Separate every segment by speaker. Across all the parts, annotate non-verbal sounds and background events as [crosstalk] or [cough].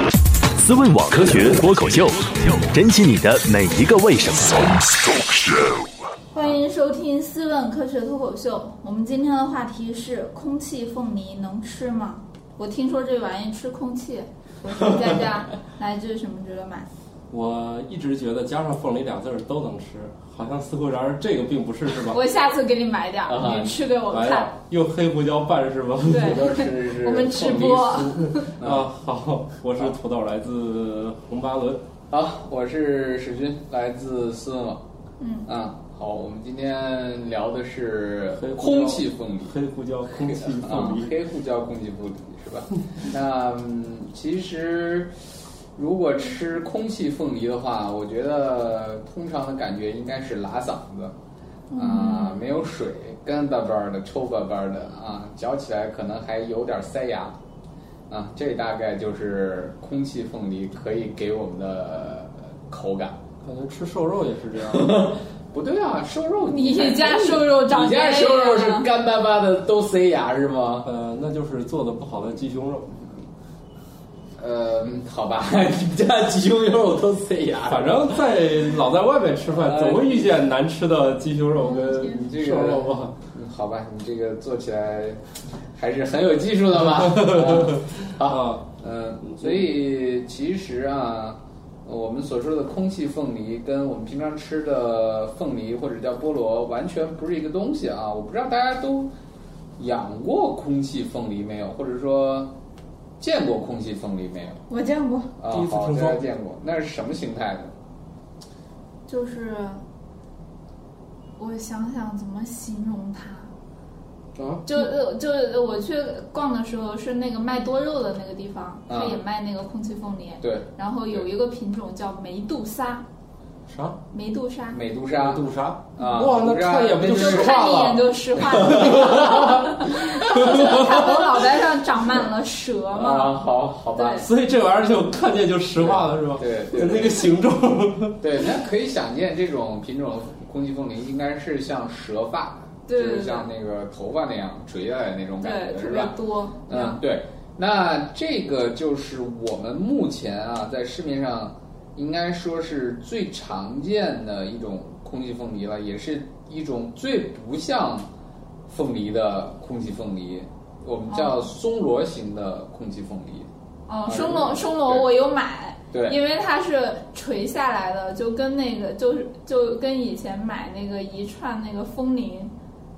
Speaker 1: 思问网科学脱口秀，珍惜你的每一个为什么。
Speaker 2: 欢迎收听《思问科学脱口秀》。我们今天的话题是：空气凤梨能吃吗？我听说这玩意吃空气，我说佳佳，哪一句什么值得买？
Speaker 3: 我一直觉得加上凤梨俩字儿都能吃，好像似乎然而这个并不是是吧？
Speaker 2: 我下次给你买点
Speaker 3: 啊
Speaker 2: 儿，你吃给我
Speaker 3: 完
Speaker 2: 看
Speaker 3: 了。，用黑胡椒拌是吧？
Speaker 2: 对，
Speaker 4: 是
Speaker 2: 我们吃播。
Speaker 3: 啊，好，我是土豆，来自红巴伦。
Speaker 4: 好，我是史军，来自思问网。
Speaker 2: 嗯
Speaker 4: 啊，好，我们今天聊的是
Speaker 3: 黑胡椒
Speaker 4: 空气凤梨，
Speaker 3: 黑胡椒空气
Speaker 4: 啊
Speaker 3: 凤梨，
Speaker 4: 黑胡椒空气凤梨是吧？ [laughs] 那、嗯其实如果吃空气凤梨的话，我觉得通常的感觉应该是拉嗓子。
Speaker 2: 嗯
Speaker 4: 啊，没有水，干巴巴的，臭巴巴的啊，嚼起来可能还有点塞牙，啊，这大概就是空气凤梨可以给我们的呃口感。
Speaker 3: 感觉吃瘦肉也是这样。
Speaker 4: 不对啊，瘦肉
Speaker 2: 你
Speaker 4: 还
Speaker 2: 家瘦肉长
Speaker 4: 你家
Speaker 2: 这
Speaker 4: 瘦肉是
Speaker 2: 样啊
Speaker 4: 干巴巴的都塞牙是吗？
Speaker 3: 呃，那就是做的不好的鸡胸肉。
Speaker 4: 呃，好吧， [laughs] 你们家鸡胸肉都塞牙，
Speaker 3: 反正在老在外面吃饭，总会遇见难吃的鸡胸肉跟
Speaker 4: 你这
Speaker 3: 瘦
Speaker 4: 个
Speaker 3: 肉吧。
Speaker 4: 嗯好吧，你这个做起来还是很有技术
Speaker 3: [laughs]
Speaker 4: 的嘛。啊好，
Speaker 3: 啊，
Speaker 4: 嗯，所以其实啊，我们所说的空气凤梨跟我们平常吃的凤梨或者叫菠萝完全不是一个东西啊。我不知道大家都养过空气凤梨没有，或者说见过空气凤梨没有？
Speaker 2: 我见过，
Speaker 4: 啊，
Speaker 3: 第一次
Speaker 4: 好，
Speaker 3: 听说
Speaker 4: 大家见过，那是什么形态的？
Speaker 2: 就是我想想怎么形容它。
Speaker 3: 啊，
Speaker 2: 就呃就我去逛的时候是那个卖多肉的那个地方，它也卖那个空气凤梨，
Speaker 4: 对，
Speaker 2: 然后有一个品种叫梅杜莎，
Speaker 3: 啥？
Speaker 2: 梅杜莎，
Speaker 4: 美杜莎。
Speaker 3: 杜莎
Speaker 4: 啊
Speaker 3: 哇，那
Speaker 4: 杜莎
Speaker 3: 看一眼不就
Speaker 4: 那就是
Speaker 3: 石
Speaker 2: 看
Speaker 3: 化
Speaker 2: 一眼
Speaker 3: 了？
Speaker 2: 就石化了，就是它的脑袋上长满了蛇
Speaker 4: 啊，
Speaker 2: 嘛，
Speaker 4: 好好吧
Speaker 2: 对，
Speaker 3: 所以这玩意儿就看见就石化了是吧？
Speaker 4: 对对
Speaker 3: 就那个形状。
Speaker 4: 对，那可以想见，这种品种的空气凤梨应该是像蛇发，
Speaker 2: 对
Speaker 4: 就是像那个头发那样垂下来那种感
Speaker 2: 对，
Speaker 4: 觉，
Speaker 2: 特
Speaker 4: 是
Speaker 2: 别
Speaker 4: 吧？
Speaker 2: 多，
Speaker 4: 嗯，对。那这个就是我们目前啊，在市面上应该说是最常见的一种空气凤梨了，也是一种最不像凤梨的空气凤梨，我们叫
Speaker 2: 哦
Speaker 4: 松萝型的空气凤梨。
Speaker 2: 哦，
Speaker 4: 啊
Speaker 2: 松
Speaker 4: 对
Speaker 2: 茸松茸
Speaker 4: 对
Speaker 2: 我有买，
Speaker 4: 对
Speaker 2: 因为它是垂下来的，就跟那个就是就跟以前买那个一串那个风铃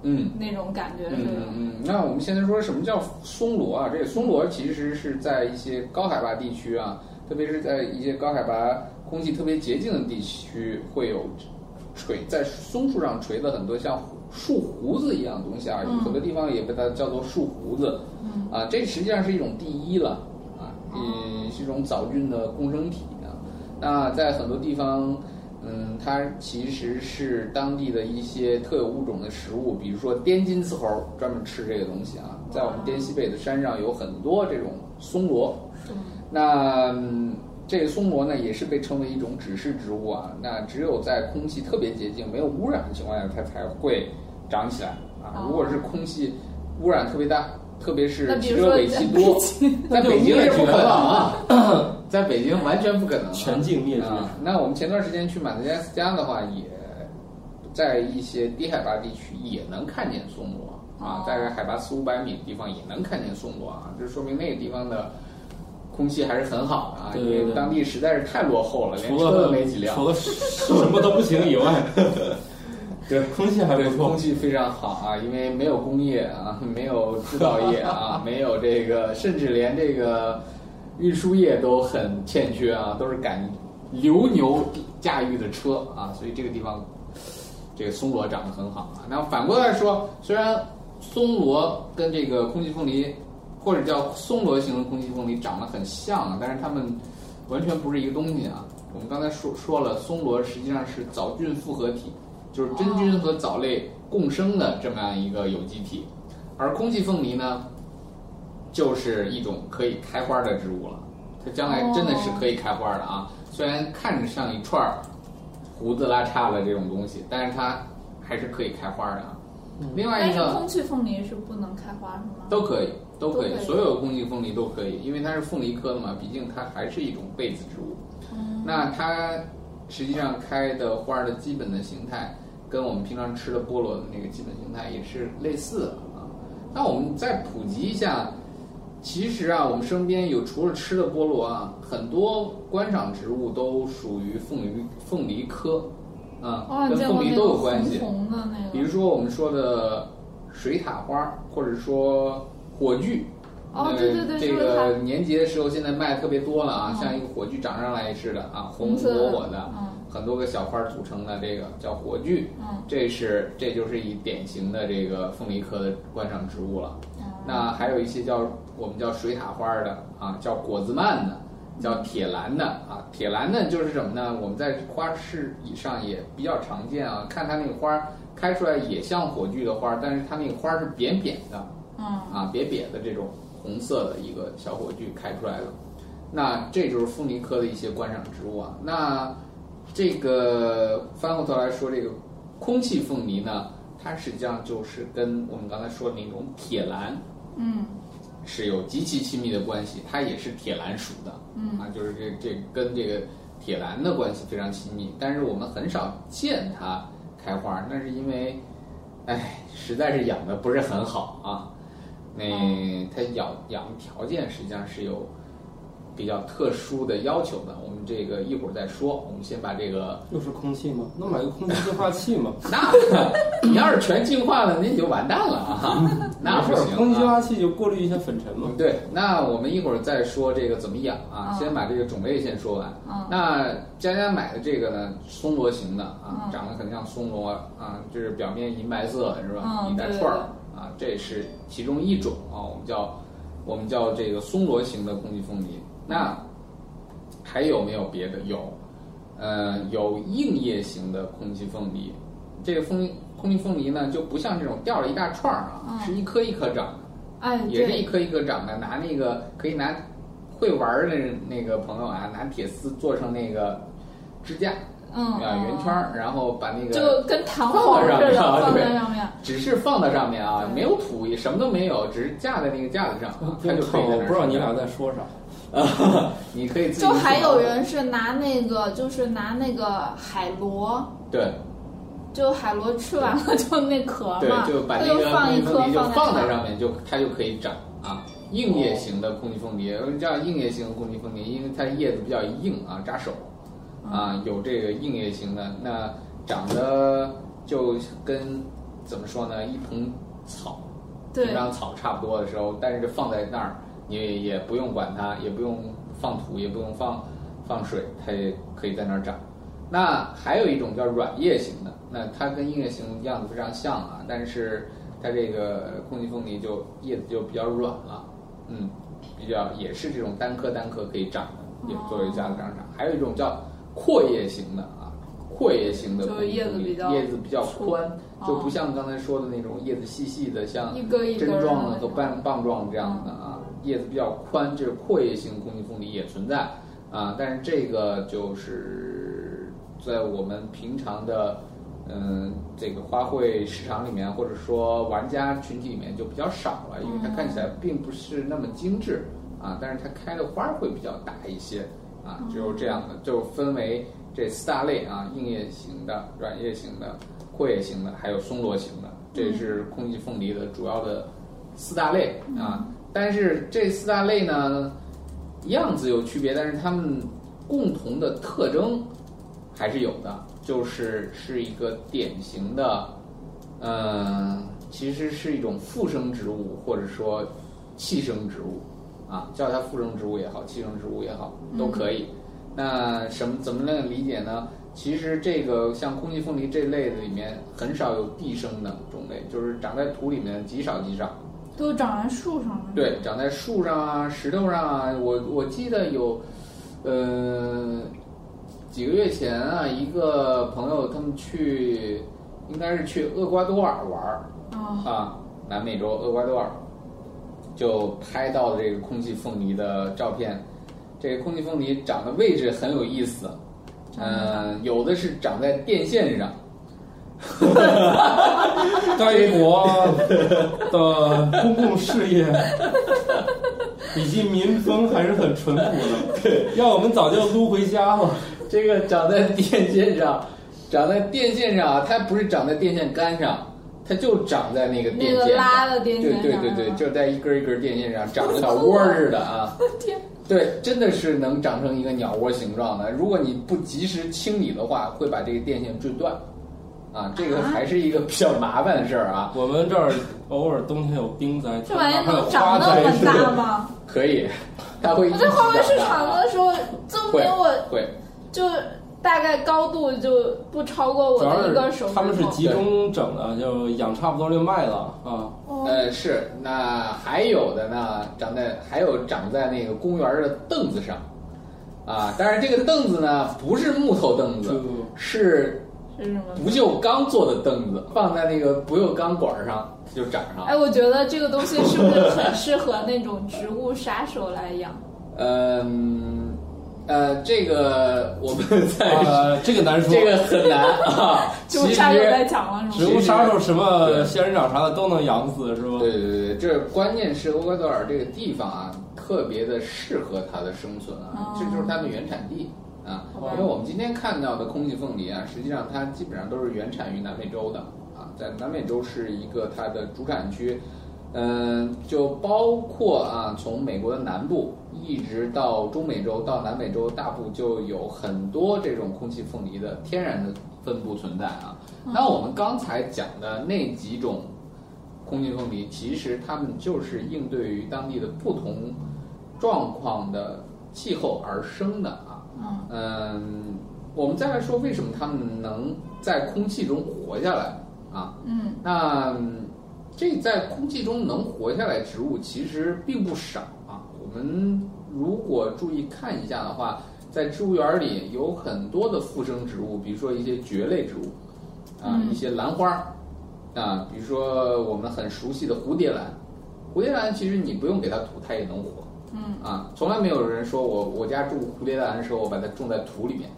Speaker 4: 嗯，
Speaker 2: 那种感觉似
Speaker 4: 嗯
Speaker 2: 的，
Speaker 4: 嗯，嗯，那我们现在说什么叫松萝啊？这个松萝其实是在一些高海拔地区啊，特别是在一些高海拔空气特别洁净的地区，会有垂在松树上垂的很多像树胡子一样的东西啊，
Speaker 2: 嗯
Speaker 4: 有的地方也被它叫做树胡子，
Speaker 2: 嗯
Speaker 4: 啊，这实际上是一种第一了啊，嗯，是一种藻菌的共生体啊。那在很多地方，嗯，它其实是当地的一些特有物种的食物，比如说滇金丝猴专门吃这个东西啊，在我们滇西北的山上有很多这种松萝。
Speaker 2: 是吗？
Speaker 4: 那、嗯这个松萝呢，也是被称为一种指示植物啊。那只有在空气特别洁净、没有污染的情况下，它才会长起来啊
Speaker 2: 哦。
Speaker 4: 如果是空气污染特别大，特别是
Speaker 2: 那比
Speaker 4: 汽
Speaker 2: 如
Speaker 4: 车
Speaker 2: 说 [laughs]
Speaker 4: 尾气多，在北京是不可能啊， [laughs] 在北京完全不可能、啊，
Speaker 3: 全境灭绝
Speaker 4: 啊。那我们前段时间去马达加斯加的话，也在一些低海拔地区也能看见松萝啊
Speaker 2: 哦，
Speaker 4: 大概海拔四五百米的地方也能看见松萝啊，这说明那个地方的。空气还是很好的啊，
Speaker 3: 对
Speaker 4: 因
Speaker 3: 对
Speaker 4: 为
Speaker 3: 对
Speaker 4: 当地实在是太落后了，连
Speaker 3: 除
Speaker 4: 车
Speaker 3: 了
Speaker 4: 都没几辆
Speaker 3: 除。了什么都不行以外，
Speaker 4: [laughs] 对，
Speaker 3: 空气还
Speaker 4: 对，
Speaker 3: 不错
Speaker 4: 空。气非常好啊，因为没有工业啊， [laughs] 没有制造业
Speaker 3: [laughs]
Speaker 4: 啊，没有这个，甚至连这个运输业都很欠缺啊，都是赶流牛驾驭的车啊，所以这个地方这个松萝长得很好啊。那反过来说，虽然松萝跟这个空气凤梨或者叫松萝型的空气凤梨长得很像，啊但是它们完全不是一个东西啊。我们刚才说说了，松萝实际上是藻菌复合体，就是真菌和藻类共生的这么样一个有机体，而空气凤梨呢，就是一种可以开花的植物了。它将来真的是可以开花的啊！虽然看着像一串儿胡子拉碴的这种东西，但是它还是可以开花的啊。另外
Speaker 2: 但
Speaker 4: 一
Speaker 2: 是
Speaker 4: 个
Speaker 2: 空气凤梨是不能开花是吗？
Speaker 4: 都可以，都可
Speaker 2: 都
Speaker 4: 以，
Speaker 2: 可以
Speaker 4: 所有空气凤梨都可以，因为它是凤梨科的嘛，毕竟它还是一种被子植物。
Speaker 2: 嗯
Speaker 4: 那它实际上开的花儿的基本的形态，跟我们平常吃的菠萝的那个基本形态也是类似的啊。那我们再普及一下，其实啊，我们身边有除了吃的菠萝啊，很多观赏植物都属于凤梨凤梨科，啊
Speaker 2: 哦，，
Speaker 4: 跟
Speaker 2: 见过
Speaker 4: 凤
Speaker 2: 那
Speaker 4: 梨
Speaker 2: 个
Speaker 4: 都有关系。
Speaker 2: 红红的那
Speaker 4: 比如
Speaker 2: 个，
Speaker 4: 说我们说的水獭花，或者说火炬。
Speaker 2: 哦
Speaker 4: 呃
Speaker 2: 对对对
Speaker 4: 这
Speaker 2: 就是它
Speaker 4: 个年节的时候，现在卖的特别多了啊，
Speaker 2: 嗯
Speaker 4: 像一个火炬长上来似的啊，红
Speaker 2: 红色
Speaker 4: 火
Speaker 2: 的
Speaker 4: 火的，
Speaker 2: 嗯
Speaker 4: 很多个小花组成的这个叫火炬，
Speaker 2: 嗯，
Speaker 4: 这是这就是一典型的这个凤梨科的观赏植物了。
Speaker 2: 啊
Speaker 4: 那还有一些叫我们叫水獭花的啊，叫果子蔓的，叫铁兰的啊。铁兰呢就是什么呢？我们在花市以上也比较常见啊，看它那个花儿开出来也像火炬的花儿，但是它那个花儿是扁扁的
Speaker 2: 嗯
Speaker 4: 啊，扁扁的这种红色的一个小火炬开出来的。那这就是凤梨科的一些观赏植物啊。那这个翻过头来说，这个空气凤梨呢，它实际上就是跟我们刚才说的那种铁兰。
Speaker 2: 嗯
Speaker 4: 是有极其亲密的关系，它也是铁兰属的，
Speaker 2: 嗯
Speaker 4: 啊，就是这这跟这个铁兰的关系非常亲密，但是我们很少见它开花，那是因为，哎，实在是养的不是很好啊，那它养养条件实际上是有比较特殊的要求的，我们这个一会儿再说，我们先把这个
Speaker 3: 又是空气吗？那买个空气净化器嘛，
Speaker 4: 那， [coughs] 你要是全净化了，那就完蛋了啊， [laughs]
Speaker 3: [laughs]
Speaker 4: 那不
Speaker 3: 没事
Speaker 4: 行、啊，
Speaker 3: 儿空气净化器就过滤一下粉尘
Speaker 4: [laughs]
Speaker 3: 嘛。
Speaker 4: 对，那我们一会儿再说这个怎么养啊，
Speaker 2: 嗯
Speaker 4: 先把这个种类先说完。
Speaker 2: 嗯
Speaker 4: 那佳佳买的这个呢，松萝型的啊，
Speaker 2: 嗯
Speaker 4: 长得很像松萝啊，就是表面银白色是吧？
Speaker 2: 嗯
Speaker 4: 一大
Speaker 2: 对
Speaker 4: 串儿啊，这是其中一种啊，我们叫我们叫这个松萝型的空气凤梨。那还有没有别的？有，呃，有硬叶型的空气凤梨。这个凤空气凤梨呢，就不像这种掉了一大串儿啊，
Speaker 2: 嗯
Speaker 4: 是一颗一颗长的。
Speaker 2: 哎
Speaker 4: 也是
Speaker 2: 对，
Speaker 4: 一颗一颗长的，拿那个可以拿会玩儿的那个朋友啊，拿铁丝做成那个支架
Speaker 2: 嗯
Speaker 4: 啊、圆圈，儿，然后把那
Speaker 2: 嗯
Speaker 4: 个
Speaker 2: 就跟糖葫芦似的放
Speaker 4: 放在啊
Speaker 2: 在上面，
Speaker 4: 只是放到上面啊，
Speaker 2: 对
Speaker 4: 没有土，也什么都没有，只是架在那个架子上啊，它就可以在那儿
Speaker 3: 嗯我不知道你俩在说啥。
Speaker 4: [laughs] 你可以自己
Speaker 2: 就还有
Speaker 4: 做
Speaker 2: 人是拿那个就是拿那个海螺。
Speaker 4: 对
Speaker 2: 就海螺吃完了 [laughs] 就那壳嘛，
Speaker 4: 对，就把
Speaker 2: 它
Speaker 4: 那
Speaker 2: 就
Speaker 4: 个
Speaker 2: 放
Speaker 4: 空气
Speaker 2: 一颗
Speaker 4: 凤梨就放
Speaker 2: 放
Speaker 4: 在
Speaker 2: 那儿，
Speaker 4: 上面，就它就可以长啊。
Speaker 2: 哦
Speaker 4: 硬叶型的空气凤梨，我们叫硬叶型的空气凤梨，因为它叶子比较硬啊，扎手
Speaker 2: 嗯
Speaker 4: 啊，有这个硬叶型的，那长得就跟怎么说呢，一盆草，
Speaker 2: 对
Speaker 4: 平常草差不多的时候，但是就放在那儿，你也也不用管它，也不用放土，也不用放放水，它也可以在那儿长。那还有一种叫软叶型的，那它跟硬叶型样子非常像啊，但是它这个空气凤梨就叶子就比较软了，嗯，比较也是这种单颗单颗可以长的，也作为家长长。还有一种叫阔叶型的啊，阔叶型的
Speaker 2: 就
Speaker 4: 空
Speaker 2: 是
Speaker 4: 气
Speaker 2: 叶子
Speaker 4: 凤梨
Speaker 2: 比较
Speaker 4: 叶子比较
Speaker 2: 粗
Speaker 4: 宽，就不
Speaker 2: 哦
Speaker 4: 像刚才说的那种叶子细细的，像
Speaker 2: 一根一根
Speaker 4: 针
Speaker 2: 儿的嗯
Speaker 4: 状的
Speaker 2: 那
Speaker 4: 和
Speaker 2: 种
Speaker 4: 棒棒状这样的啊，叶子比较宽，这是阔叶型空气凤梨也存在啊，但是这个就是在我们平常的嗯这个花卉市场里面，或者说玩家群体里面就比较少了，因为它看起来并不是那么精致啊，但是它开的花儿会比较大一些啊，只有这样的就分为这四大类啊，硬叶型的、软叶型的、阔叶型的，还有松萝型的，这是空气凤梨的主要的四大类啊。但是这四大类呢，样子有区别，但是它们共同的特征还是有的，就是是一个典型的，嗯，其实是一种附生植物或者说气生植物啊，叫它附生植物也好，气生植物也好都可以。那什么怎么能理解呢？其实这个像空气凤梨这类的里面很少有地生的种类，就是长在土里面极少极少。
Speaker 2: 都长在树上了。
Speaker 4: 对，长在树上啊、石头上啊。我我记得有，呃，几个月前啊，一个朋友他们去，应该是去厄瓜多尔玩儿
Speaker 2: 啊，
Speaker 4: 啊，南美洲厄瓜多尔，就拍到这个空气凤梨的照片。这个空气凤梨长的呃位置很有意思，嗯、有的是长在电线上，
Speaker 3: 该国的公共事
Speaker 4: [laughs]
Speaker 3: 业以及民风还是很淳朴的，要我们早就撸回家了。
Speaker 4: 这个长在电线上，长在电线上啊，它不是长在电线杆上，它就长在那个电
Speaker 2: 那个
Speaker 4: 线上。
Speaker 2: 拉的电
Speaker 4: 对
Speaker 2: 线
Speaker 4: 对
Speaker 2: 上
Speaker 4: 对
Speaker 2: 啊
Speaker 4: 对，就在一根一根电线上长得小窝儿似的啊。
Speaker 2: 天，
Speaker 4: 对，真的是能长成一个鸟窝形状的。如果你不及时清理的话，会把这个电线锯断。啊，这个还是一个比较麻烦的事儿啊。
Speaker 3: 我们这儿偶尔冬天有冰灾，
Speaker 2: 这玩意
Speaker 4: [laughs]
Speaker 2: 儿
Speaker 3: 还有
Speaker 2: 能
Speaker 3: 花
Speaker 2: 长得
Speaker 3: 灾
Speaker 2: 很
Speaker 3: 是
Speaker 2: 大
Speaker 3: 吧？
Speaker 2: 吗？
Speaker 4: 可以，它会一
Speaker 2: 我
Speaker 4: 起
Speaker 2: 在花卉市
Speaker 4: 长
Speaker 2: 场
Speaker 4: 大
Speaker 2: 的时候，证
Speaker 4: 啊会
Speaker 2: 明我
Speaker 4: 会
Speaker 2: 就大概高度就不超过我
Speaker 3: [laughs] 主要
Speaker 2: 的一个
Speaker 3: 是
Speaker 2: 手指头。
Speaker 3: 他们是集中整的，就养差不多就卖了啊。
Speaker 2: 哦，
Speaker 4: 呃，是，那还有的呢，长在还有长在那个公园儿的凳子上，啊，但是这个凳子呢不是木头凳
Speaker 3: 就
Speaker 4: 子，是
Speaker 2: 是什么？
Speaker 4: 不锈钢做的凳子，放在那个不锈钢管儿上，它就长上。
Speaker 2: 哎，我觉得这个东西是不是很适合那种植物杀手来养？
Speaker 4: 嗯，呃，这个我们在、
Speaker 3: 呃，这个难说。
Speaker 4: 这个很难啊，其
Speaker 2: 就
Speaker 4: 实
Speaker 2: 杀手在抢了是
Speaker 3: 植
Speaker 2: 吗？
Speaker 3: 物杀手什么
Speaker 4: 对
Speaker 3: 仙人掌啥的都能养死是吧？
Speaker 4: 对对对，这关键是厄瓜多尔这个地方啊，特别的适合它的生存
Speaker 2: 哦
Speaker 4: 啊，这就是它的原产地啊
Speaker 2: 好吧。
Speaker 4: 因为我们今天看到的空气凤梨啊，实际上它基本上都是原产于南美洲的啊，在南美洲是一个它的主产区，嗯、就包括啊，从美国的南部一直到中美洲到南美洲大部就有很多这种空气凤梨的天然的分布存在啊。
Speaker 2: 嗯
Speaker 4: 那我们刚才讲的那几种空气凤梨，其实它们就是应对于当地的不同状况的气候而生的啊。
Speaker 2: 嗯，
Speaker 4: 嗯，我们再来说为什么它们能在空气中活下来啊？
Speaker 2: 嗯，
Speaker 4: 那嗯这在空气中能活下来植物其实并不少啊。我们如果注意看一下的话，在植物园里有很多的附生植物，比如说一些蕨类植物啊，
Speaker 2: 嗯
Speaker 4: 一些兰花啊，比如说我们很熟悉的蝴蝶兰。蝴蝶兰其实你不用给它土，它也能活。
Speaker 2: 嗯
Speaker 4: 啊，从来没有人说我我家种蝴蝶兰的时候，我把它种在土里面，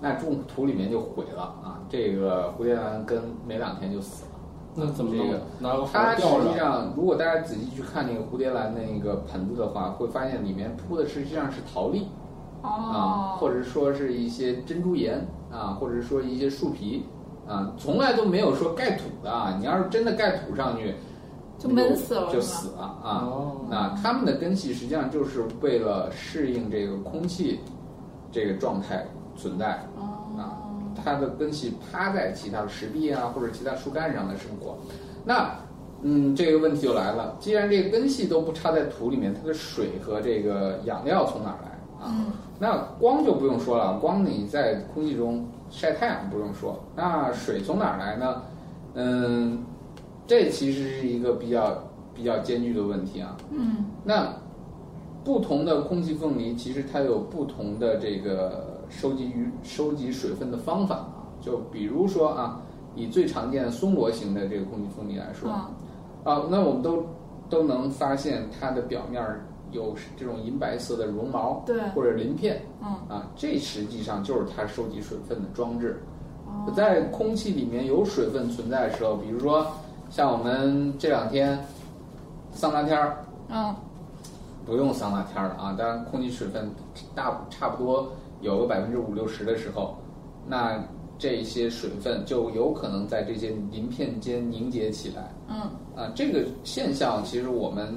Speaker 4: 那种土里面就毁了啊。这个蝴蝶兰根没两天就死了。
Speaker 3: 那怎么弄
Speaker 4: 这个？
Speaker 3: 拿
Speaker 2: 哦
Speaker 3: 个
Speaker 4: 它
Speaker 3: 花
Speaker 4: 实
Speaker 3: 吊
Speaker 4: 际
Speaker 3: 着？
Speaker 4: 上，如果大家仔细去看那个蝴蝶兰的那个盆子的话，会发现里面铺的实际上是陶粒啊，
Speaker 2: 哦，
Speaker 4: 或者说是一些珍珠岩啊，或者说一些树皮啊，从来都没有说盖土的啊。你要是真的盖土上去，
Speaker 2: 就闷死了，
Speaker 4: 就是
Speaker 2: 吗
Speaker 4: 死了啊。
Speaker 3: 哦
Speaker 4: 那它们的根系实际上就是为了适应这个空气这个状态存在，
Speaker 2: 哦，
Speaker 4: 它的根系趴在其他的石壁啊或者其他树干上来生活。那嗯，这个问题就来了，既然这个根系都不插在土里面，它的水和这个养料从哪儿来啊？
Speaker 2: 嗯
Speaker 4: 那光就不用说了，光你在空气中晒太阳不用说，那水从哪儿来呢？嗯，这其实是一个比较比较艰巨的问题啊。
Speaker 2: 嗯
Speaker 4: 那不同的空气凤梨，其实它有不同的这个收集雨收集水分的方法啊。就比如说啊，以最常见的松萝型的这个空气凤梨来说，
Speaker 2: 嗯
Speaker 4: 啊，那我们都都能发现它的表面儿有这种银白色的绒毛，
Speaker 2: 对
Speaker 4: 或者鳞片
Speaker 2: 嗯，
Speaker 4: 啊，这实际上就是它收集水分的装置。
Speaker 2: 哦
Speaker 4: 在空气里面有水分存在的时候，比如说像我们这两天桑拿天儿，
Speaker 2: 嗯
Speaker 4: 不用桑拿天儿了啊，当然空气水分大差不多有个百分之五六十的时候，那这些水分就有可能在这些鳞片间凝结起来
Speaker 2: 嗯
Speaker 4: 啊。这个现象其实我们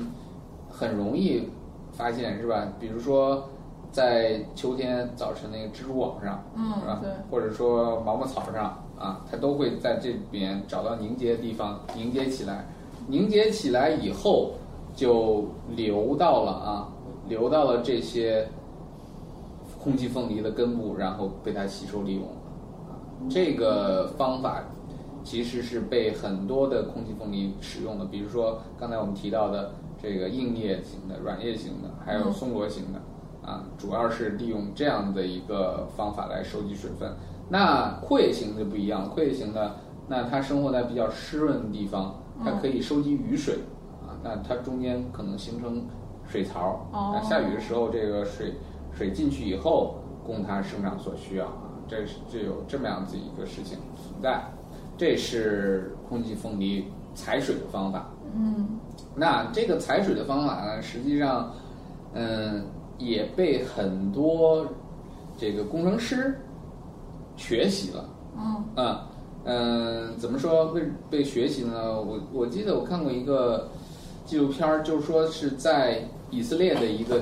Speaker 4: 很容易发现，是吧？比如说在秋天早晨那个蜘蛛网上，是吧
Speaker 2: 嗯，对，？
Speaker 4: 或者说毛毛草上啊，它都会在这边找到凝结的地方凝结起来，凝结起来以后就流到了啊，流到了这些空气凤梨的根部，然后被它吸收利用了。啊这个方法其实是被很多的空气凤梨使用的，比如说刚才我们提到的这个硬叶型的、软叶型的，还有
Speaker 2: 嗯
Speaker 4: 松萝型的。啊，主要是利用这样的一个方法来收集水分。啊那阔叶型就不一样，阔叶型的，那它生活在比较湿润的地方，它
Speaker 2: 嗯
Speaker 4: 可以收集雨水、啊，那它中间可能形成水槽，
Speaker 2: 哦
Speaker 4: 那下雨的时候，这个水水进去以后，供它生长所需要啊，这是就有这么样子一个事情存在。这是空气凤梨采水的方法。
Speaker 2: 嗯
Speaker 4: 那这个采水的方法呢，实际上，嗯，也被很多这个工程师学习了。
Speaker 2: 嗯
Speaker 4: 啊，嗯，怎么说被被学习呢？我我记得我看过一个纪录片儿，就是说是在以色列的一个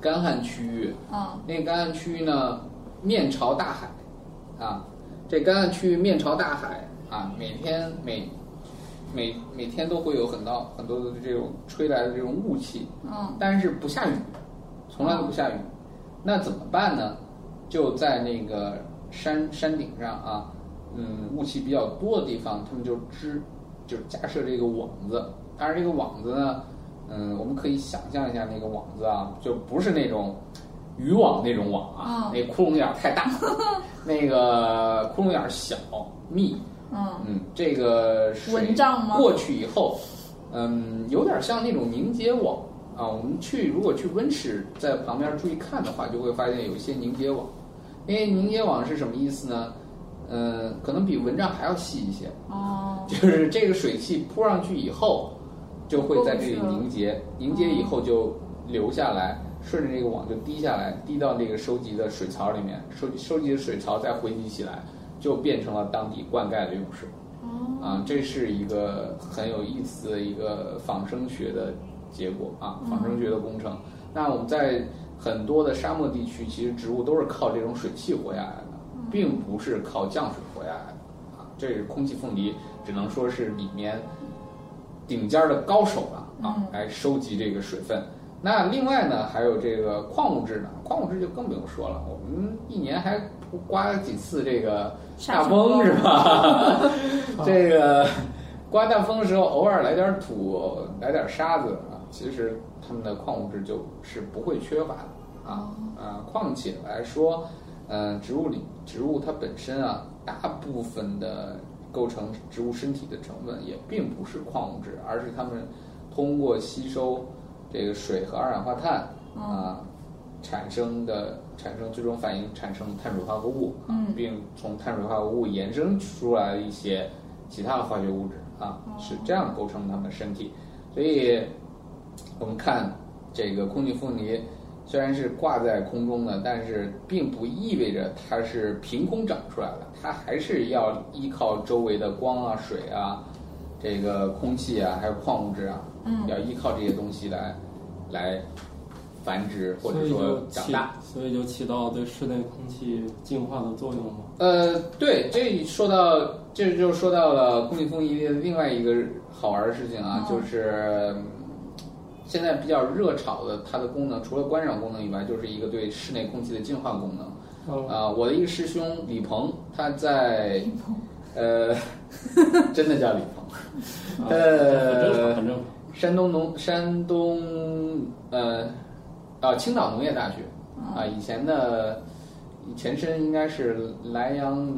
Speaker 4: 干旱区域，
Speaker 2: 嗯
Speaker 4: 那个干旱区域呢面朝大海，啊，这干旱区域面朝大海啊，每天每每每天都会有很多很多的这种吹来的这种雾气，
Speaker 2: 嗯
Speaker 4: 但是不下雨，从来都不下雨。那怎么办呢？就在那个山山顶上啊，嗯，雾气比较多的地方，他们就织，就架设这个网子。当然，这个网子呢，嗯，我们可以想象一下那个网子啊，就不是那种渔网那种网啊，
Speaker 2: 嗯
Speaker 4: 那窟窿眼儿太大，那个窟窿眼儿小密，
Speaker 2: 嗯
Speaker 4: 嗯，这个水
Speaker 2: 蚊帐吗
Speaker 4: 过去以后，嗯，有点像那种凝结网啊。我们去如果去温室，在旁边注意看的话，就会发现有一些凝结网。那些凝结网是什么意思呢？嗯，可能比蚊帐还要细一些， [laughs]
Speaker 2: 哦
Speaker 4: 就是这个水汽扑上去以后，就会在这里
Speaker 2: 过不去了
Speaker 4: 凝结，凝结以后就流下来，顺着这个网就滴下来，滴到这个收集的水槽里面，收收集的水槽再回集起来，就变成了当地灌溉的用水。
Speaker 2: 哦
Speaker 4: 啊，这是一个很有意思的一个仿生学的结果啊，仿
Speaker 2: 嗯
Speaker 4: 生学的工程。那我们在很多的沙漠地区，其实植物都是靠这种水汽活下来的，
Speaker 2: 嗯
Speaker 4: 并不是靠降水活下来的啊。这是空气凤梨，只能说是里面顶尖儿的高手了啊
Speaker 2: 嗯，
Speaker 4: 来收集这个水分。那另外呢，还有这个矿物质呢，矿物质就更不用说了，我们一年还刮几次这个大风是吧？这个刮大风的时候，偶尔来点土，来点沙子啊，其实它们的矿物质就是不会缺乏的啊啊。况且来说，嗯、植物里植物它本身啊，大部分的构成植物身体的成分也并不是矿物质，而是它们通过吸收这个水和二氧化碳啊。产生的产生最终反应产生碳水化合物，啊
Speaker 2: 嗯
Speaker 4: 并从碳水化合物延伸出来一些其他的化学物质啊，是这样构成它们的身体。所以，我们看这个空气凤梨虽然是挂在空中的，但是并不意味着它是凭空长出来的，它还是要依靠周围的光啊、水啊、这个空气啊，还有矿物质啊，
Speaker 2: 嗯
Speaker 4: 要依靠这些东西来来繁殖或
Speaker 3: 所
Speaker 4: 者
Speaker 3: 以
Speaker 4: 说
Speaker 3: 就
Speaker 4: 长
Speaker 3: 起
Speaker 4: 大。，
Speaker 3: 所以就起到对室内空气净化的作用嘛。
Speaker 4: 呃，对，这说到这就说到了空气凤梨的另外一个好玩的事情啊，
Speaker 2: 嗯
Speaker 4: 就是嗯现在比较热炒的，它的功能除了观赏功能以外，就是一个对室内空气的净化功能。
Speaker 2: 哦
Speaker 3: 嗯，
Speaker 4: 啊、我的一个师兄李鹏，他在呃， [laughs] 真的叫李鹏，
Speaker 3: 很正啊
Speaker 4: 呃
Speaker 3: 常，很正常。
Speaker 4: 山东农山东呃啊青岛农业大学
Speaker 3: 哦
Speaker 4: 啊、以前的前身应该是莱阳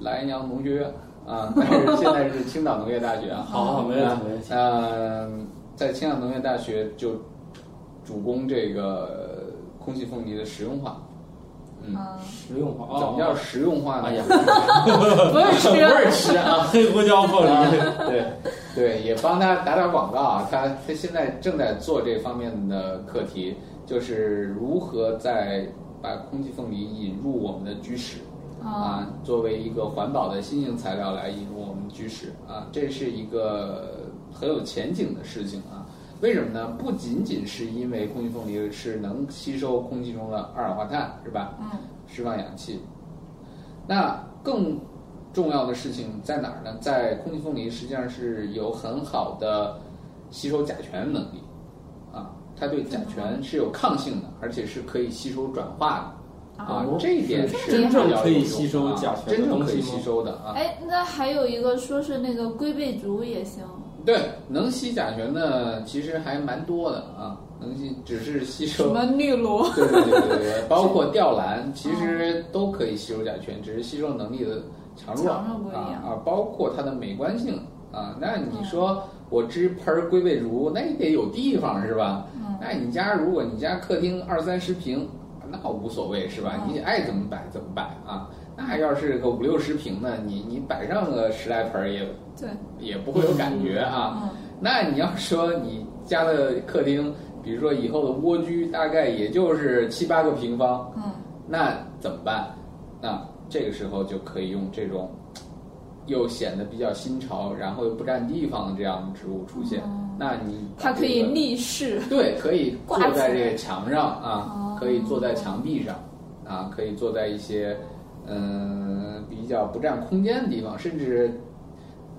Speaker 4: 莱阳农学院
Speaker 3: [laughs]
Speaker 4: 啊、但是现在是青岛农业大学啊。
Speaker 3: 好好， [laughs] 没问题，没问题。
Speaker 4: 呃，在青岛农业大学就主攻这个空气凤梨的实用化。嗯，
Speaker 2: 嗯
Speaker 3: 实用化
Speaker 4: 怎么叫
Speaker 3: 啊！
Speaker 4: 实用化呢？
Speaker 3: 哎呀
Speaker 4: 不是吃，不是吃啊。
Speaker 3: 哦黑胡椒凤
Speaker 4: 啊
Speaker 3: 梨，
Speaker 4: 对对，也帮他打打广告啊。他他现在正在做这方面的课题，就是如何在把空气凤梨引入我们的居室
Speaker 2: 啊
Speaker 4: 啊，作为一个环保的新型材料来引入我们居室啊，这是一个很有前景的事情啊。为什么呢？不仅仅是因为空气凤梨是能吸收空气中的二氧化碳，是吧？
Speaker 2: 嗯
Speaker 4: 释放氧气。那更重要的事情在哪儿呢？在空气凤梨实际上是有很好的吸收甲醛的能力啊，它对
Speaker 3: 嗯
Speaker 4: 甲醛是有抗性的，而且是可以吸收转化的啊
Speaker 3: 哦，
Speaker 4: 这一点是
Speaker 3: 真正可以
Speaker 4: 比较有用的
Speaker 3: 吸收甲醛的
Speaker 4: 啊真正
Speaker 3: 东
Speaker 4: 可
Speaker 3: 西
Speaker 4: 以
Speaker 3: 吗
Speaker 4: 吸收的啊。
Speaker 2: 哎，那还有一个说是那个龟背竹也行，
Speaker 4: 对，能吸甲醛的其实还蛮多的啊，能吸只是吸
Speaker 2: 什
Speaker 4: 收
Speaker 2: 么绿萝，
Speaker 4: 对对对对
Speaker 2: [laughs]
Speaker 4: 对，包括吊兰，其实都可以吸收甲醛，只是吸收能力的强弱
Speaker 2: 强弱不一样嗯
Speaker 4: 啊啊，包括它的美观性啊。那你说我支盆儿龟背竹，那也得有地方是吧？
Speaker 2: 嗯
Speaker 4: 那你家如果你家客厅二三十平，那无所谓是吧？
Speaker 2: 嗯
Speaker 4: 你爱怎么摆怎么摆啊。那要是个五六十平的，你你摆上个十来盆儿也
Speaker 2: 对，
Speaker 4: 也不会有感觉啊。
Speaker 2: 嗯，
Speaker 4: 那你要说你家的客厅，比如说以后的蜗居，大概也就是七八个平方，
Speaker 2: 嗯，
Speaker 4: 那怎么办？那这个时候就可以用这种又显得比较新潮，然后又不占地方的这样的植物出现。那你把
Speaker 2: 它可以
Speaker 4: 这个
Speaker 2: 立式，
Speaker 4: 对，可以坐
Speaker 2: 挂起
Speaker 4: 在
Speaker 2: 来
Speaker 4: 这个墙上啊
Speaker 2: 哦，
Speaker 4: 可以坐在墙壁上啊，可以坐在一些嗯、比较不占空间的地方，甚至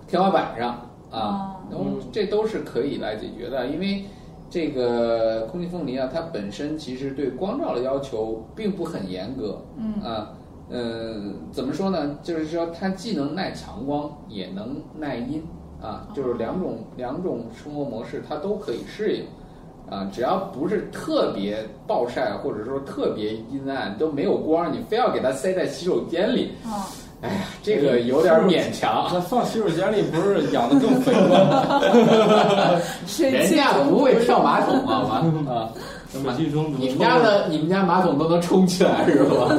Speaker 4: 天花板上啊
Speaker 2: 哦，
Speaker 4: 然后这都是可以来解决的，因为。这个空气凤梨啊，它本身其实对光照的要求并不很严格，
Speaker 2: 嗯
Speaker 4: 啊，嗯、怎么说呢？就是说它既能耐强光，也能耐阴啊，就是两种两种生活模式它都可以适应啊，只要不是特别暴晒或者说特别阴暗都没有光，你非要给它塞在洗手间里，
Speaker 2: 啊，
Speaker 4: 哎呀，这个有点勉强。
Speaker 3: 啊那放洗手间里不是养的更肥 [laughs] 吗？
Speaker 2: 水
Speaker 4: 人
Speaker 2: 气
Speaker 4: 家
Speaker 2: 中
Speaker 4: 不会跳马桶好吗？啊，
Speaker 3: 水气中毒。
Speaker 4: 你们家的你们家马桶都能冲起来是吧？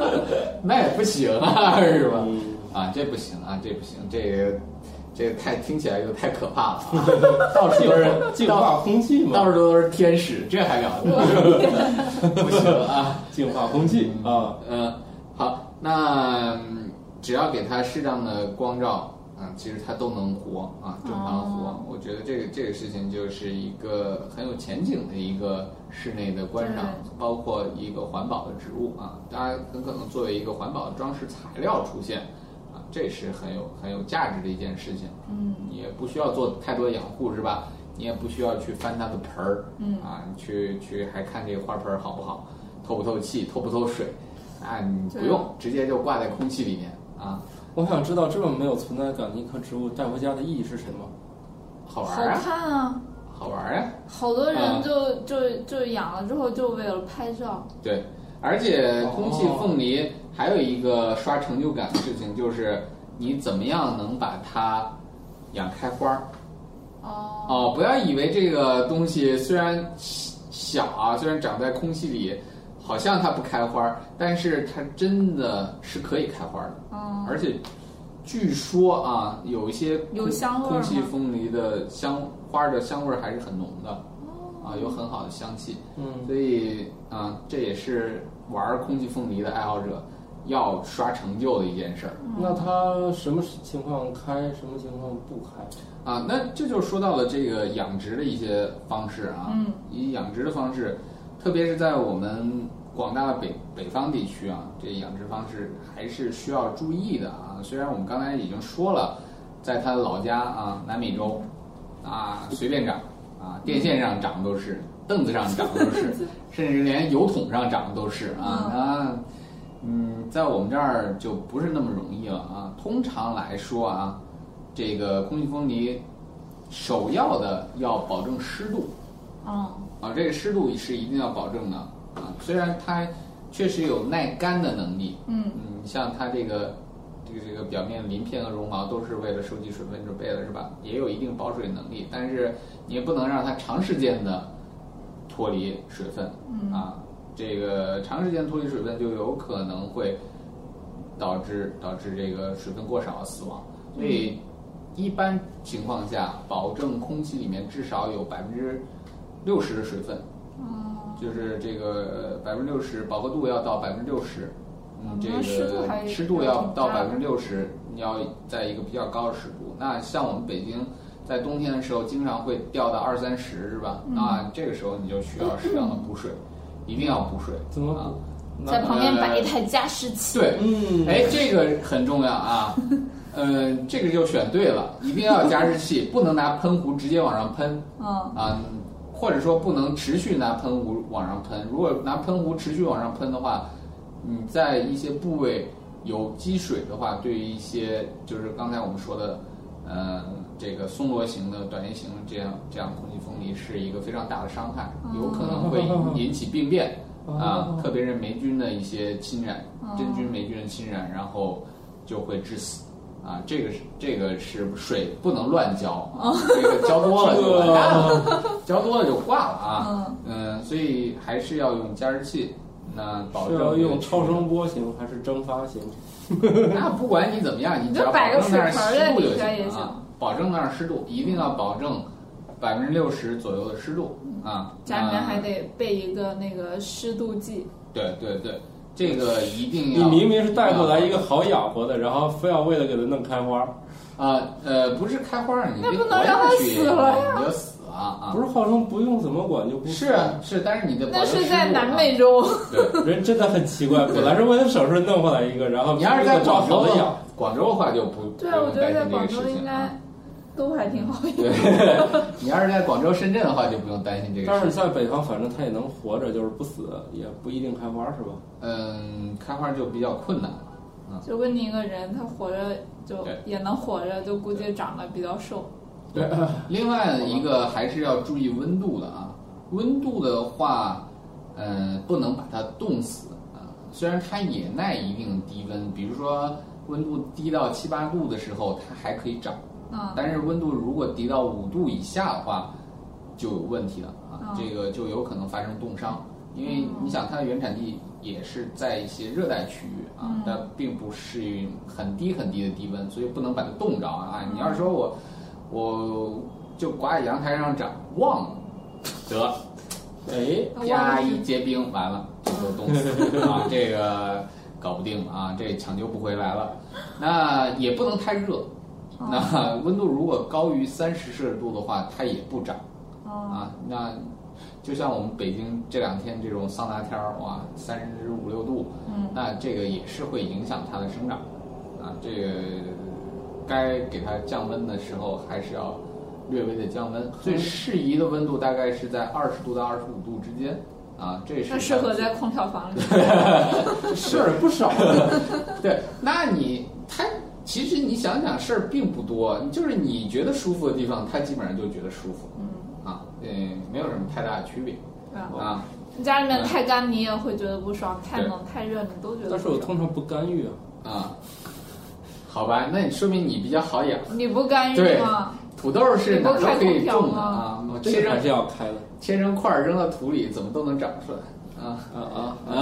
Speaker 4: [laughs] 那也不行啊，是吧？
Speaker 3: 嗯
Speaker 4: 啊，这不行啊，这不行，这个这个太听起来就太可怕了啊！ [laughs] 到处
Speaker 3: 净
Speaker 4: 都
Speaker 3: 化
Speaker 4: 是
Speaker 3: 净
Speaker 4: 到
Speaker 3: 化空气
Speaker 4: [laughs] 到
Speaker 3: 嘛，
Speaker 4: 处都是天使，这还了得？ [laughs] 不行啊，
Speaker 3: 净化空气啊，
Speaker 4: 呃，好，那嗯只要给它适当的光照，嗯，其实它都能活啊，正常
Speaker 2: 哦
Speaker 4: 活。我觉得这个这个事情就是一个很有前景的一个室内的观赏，包括一个环保的植物啊，当然很可能作为一个环保的装饰材料出现。啊，这是很有很有价值的一件事情，
Speaker 2: 嗯
Speaker 4: 你也不需要做太多养护，是吧？你也不需要去翻它的盆儿，
Speaker 2: 嗯
Speaker 4: 啊，你去去还看这个花盆儿好不好，透不透气，透不透水，啊，你不
Speaker 2: 对
Speaker 4: 用，直接就挂在空气里面啊，
Speaker 3: 我想知道这么没有存在感的一棵植物带回家的意义是什么？
Speaker 4: 好玩
Speaker 2: 好
Speaker 4: 儿啊，
Speaker 2: 看啊，
Speaker 4: 好玩儿啊，
Speaker 2: 好多
Speaker 4: 啊
Speaker 2: 人就就就养了之后就为了拍照，
Speaker 4: 对，而且空气
Speaker 3: 哦
Speaker 4: 凤梨还有一个刷成就感的事情，就是你怎么样能把它养开花儿。
Speaker 2: 哦，
Speaker 4: 哦，不要以为这个东西虽然小啊，虽然长在空气里，好像它不开花儿，但是它真的是可以开花儿的。
Speaker 2: 嗯，
Speaker 4: 而且据说啊，有一些
Speaker 2: 有
Speaker 4: 空
Speaker 2: 香味儿
Speaker 4: 空气
Speaker 2: 吗
Speaker 4: 凤梨的香花儿的香味儿还是很浓的
Speaker 2: 哦
Speaker 4: 啊，有很好的香气。
Speaker 3: 嗯，
Speaker 4: 所以啊，这也是玩儿空气凤梨的爱好者要刷成就的一件事儿。
Speaker 3: 那它什么情况开，什么情况不开？
Speaker 4: 啊，那这就说到了这个养殖的一些方式啊，
Speaker 2: 嗯，
Speaker 4: 以养殖的方式，特别是在我们广大的北北方地区啊，这养殖方式还是需要注意的啊。虽然我们刚才已经说了，在他的老家啊，南美洲，啊，随便长，啊，电线上长的都是，凳子上长的都是，甚至连油桶上长的都是啊。那，嗯，在我们这儿就不是那么容易了啊。通常来说啊，这个空气凤梨首要的要保证湿度
Speaker 2: 嗯，
Speaker 4: 啊，这个湿度是一定要保证的啊。虽然它确实有耐干的能力，
Speaker 2: 嗯
Speaker 4: 嗯，像它这个这个这个表面鳞片和绒毛都是为了收集水分准备的，是吧？也有一定保水能力，但是你也不能让它长时间的脱离水分，
Speaker 2: 嗯
Speaker 4: 啊，这个长时间脱离水分就有可能会导致导致这个水分过少啊死亡，所以一般情况下，保证空气里面至少有百分之六十的水分，
Speaker 2: 嗯，
Speaker 4: 就是这个百分之六十饱和度要到百分之六十，嗯，
Speaker 2: 嗯
Speaker 4: 这
Speaker 2: 那湿度
Speaker 4: 个
Speaker 2: 还
Speaker 4: 湿度要到百
Speaker 2: 挺
Speaker 4: 分之六十，你要在一个比较高的湿度。那像我们北京在冬天的时候，经常会掉到二三十，是
Speaker 2: 嗯
Speaker 4: 吧？那这个时候你就需要适当的补水，一定要补水。
Speaker 3: 怎么
Speaker 4: 啊？
Speaker 3: 补？
Speaker 2: 在
Speaker 3: 那
Speaker 2: 旁边摆一台加湿器，
Speaker 4: 对，
Speaker 3: 嗯，
Speaker 4: 哎，这个很重要啊。
Speaker 2: [laughs]
Speaker 4: 呃，这个就选对了，一定要加湿器，不能拿喷壶直接往上喷。
Speaker 2: 嗯
Speaker 4: 啊，或者说不能持续拿喷壶往上喷。如果拿喷壶持续往上喷的话，你在一些部位有积水的话，对于一些就是刚才我们说的，呃，这个松萝型的、短叶型的这样这样空气凤梨是一个非常大的伤害，有可能会引起病变啊，特别是霉菌的一些侵染，真菌、霉菌的侵染，然后就会致死。啊，这个是这个是水不能乱浇，啊，这个浇多了就完蛋了，浇多了就挂了啊。嗯、所以还是要用加湿器。嗯，那保
Speaker 3: 是
Speaker 4: 证
Speaker 3: 要
Speaker 4: 这个
Speaker 3: 用超声波行还是蒸发行？
Speaker 4: 那不管你怎么样，你只要
Speaker 2: 你就摆个
Speaker 4: 保证那
Speaker 2: 水
Speaker 4: 儿
Speaker 2: 盆儿在
Speaker 4: 湿度
Speaker 2: 里
Speaker 4: 就
Speaker 2: 边也行
Speaker 4: 啊，保证那儿湿度，一定要保证百分之六十左右的湿度啊。
Speaker 2: 家里面还
Speaker 4: 那
Speaker 2: 得备一个那个湿度计，
Speaker 4: 对对对，这个一定
Speaker 3: 你
Speaker 4: 要。
Speaker 3: 明明是带过来一个好养活的，然后非要为了给它弄开花，
Speaker 4: 啊呃，不是开花儿，你
Speaker 2: 那
Speaker 4: 别
Speaker 2: 不能
Speaker 4: 活
Speaker 2: 让
Speaker 4: 下
Speaker 2: 它
Speaker 4: 去
Speaker 2: 死了
Speaker 4: 你就死啊啊！
Speaker 3: 不是号称不用怎么管就不
Speaker 4: 是啊是，但是你的
Speaker 2: 那
Speaker 4: 保证
Speaker 2: 是
Speaker 4: 湿
Speaker 2: 在
Speaker 4: 度
Speaker 2: 南
Speaker 4: 啊
Speaker 2: 美洲。
Speaker 4: 对。
Speaker 3: [laughs] 人真的很奇怪，本来是为了省事弄回来一个，然后
Speaker 4: 你要是在
Speaker 3: 照
Speaker 4: 广
Speaker 3: 好
Speaker 4: 州
Speaker 3: 的
Speaker 4: 的
Speaker 3: 养，
Speaker 4: 话，广州的话就不
Speaker 2: 对
Speaker 4: 不
Speaker 2: 啊，我
Speaker 4: 用
Speaker 2: 觉得在
Speaker 4: 担心这
Speaker 2: 广
Speaker 4: 个
Speaker 2: 州
Speaker 4: 事
Speaker 2: 应
Speaker 4: 情
Speaker 2: 该
Speaker 4: 啊。
Speaker 2: 都还挺好用。
Speaker 4: 对，你要是在广州、深圳的话，就不用担心这个
Speaker 3: 但
Speaker 4: 事
Speaker 3: 是
Speaker 4: 情。
Speaker 3: 在北方反正它也能活着，就是不死，也不一定开花是吧？
Speaker 4: 嗯，开花就比较困难了。
Speaker 2: 就跟你一个人，他活着就
Speaker 4: 对
Speaker 2: 也能活着，就估计长得比较瘦。
Speaker 4: 对，另外一个还是要注意温度的啊。温度的话，呃，不能把它冻死啊。虽然它也耐一定低温，比如说温度低到七八度的时候，它还可以长。
Speaker 2: 嗯，
Speaker 4: 但是温度如果低到五度以下的话，就有问题了啊，
Speaker 2: 嗯
Speaker 4: 这个就有可能发生冻伤，因为你想它的原产地也是在一些热带区域啊，
Speaker 2: 嗯
Speaker 4: 但并不适应很低很低的低温，所以不能把它冻着啊。你
Speaker 2: 嗯
Speaker 4: 要是说我我就挂在阳台上长忘了，得
Speaker 3: 哎，
Speaker 2: 那
Speaker 4: 啪
Speaker 2: 忘
Speaker 4: 一
Speaker 2: 记
Speaker 4: 结冰，完了就都冻死了啊！这个搞不定啊，这抢救不回来了。那也不能太热，那温度如果高于三十摄氏度的话，它也不长
Speaker 2: 啊，
Speaker 4: 啊。那就像我们北京这两天这种桑拿天儿，哇，三十五六度，
Speaker 2: 嗯，
Speaker 4: 那这个也是会影响它的生长啊。这个该给它降温的时候，还是要略微的降温。最适宜的温度大概是在二十度到二十五度之间啊，这是
Speaker 2: 那
Speaker 4: 它
Speaker 2: 适合
Speaker 4: 最
Speaker 2: 在空调
Speaker 4: [laughs]
Speaker 2: 房里。
Speaker 3: 事儿不少。
Speaker 4: 对，那你它其实你想想事儿并不多，就是你觉得舒服的地方，它基本上就觉得舒服
Speaker 2: 嗯，
Speaker 4: 啊，嗯，没有什么太大的区别
Speaker 2: 对吧？
Speaker 4: 啊。
Speaker 2: 嗯你家里面太干，你也会觉得不爽；太
Speaker 4: 对
Speaker 2: 冷、太热，你都觉得不
Speaker 3: 但是我
Speaker 2: 爽。
Speaker 3: 通常不干预啊，
Speaker 4: 啊，好吧，那你说明你比较好养。
Speaker 2: 你不干预
Speaker 4: 对
Speaker 2: 吗？
Speaker 4: 土豆是哪儿都可以种的啊，
Speaker 3: 哦这
Speaker 4: 切
Speaker 3: 个还
Speaker 4: 成
Speaker 3: 是要开的
Speaker 4: 切成块儿扔到土里，怎么都能长出来啊。
Speaker 3: 啊啊啊！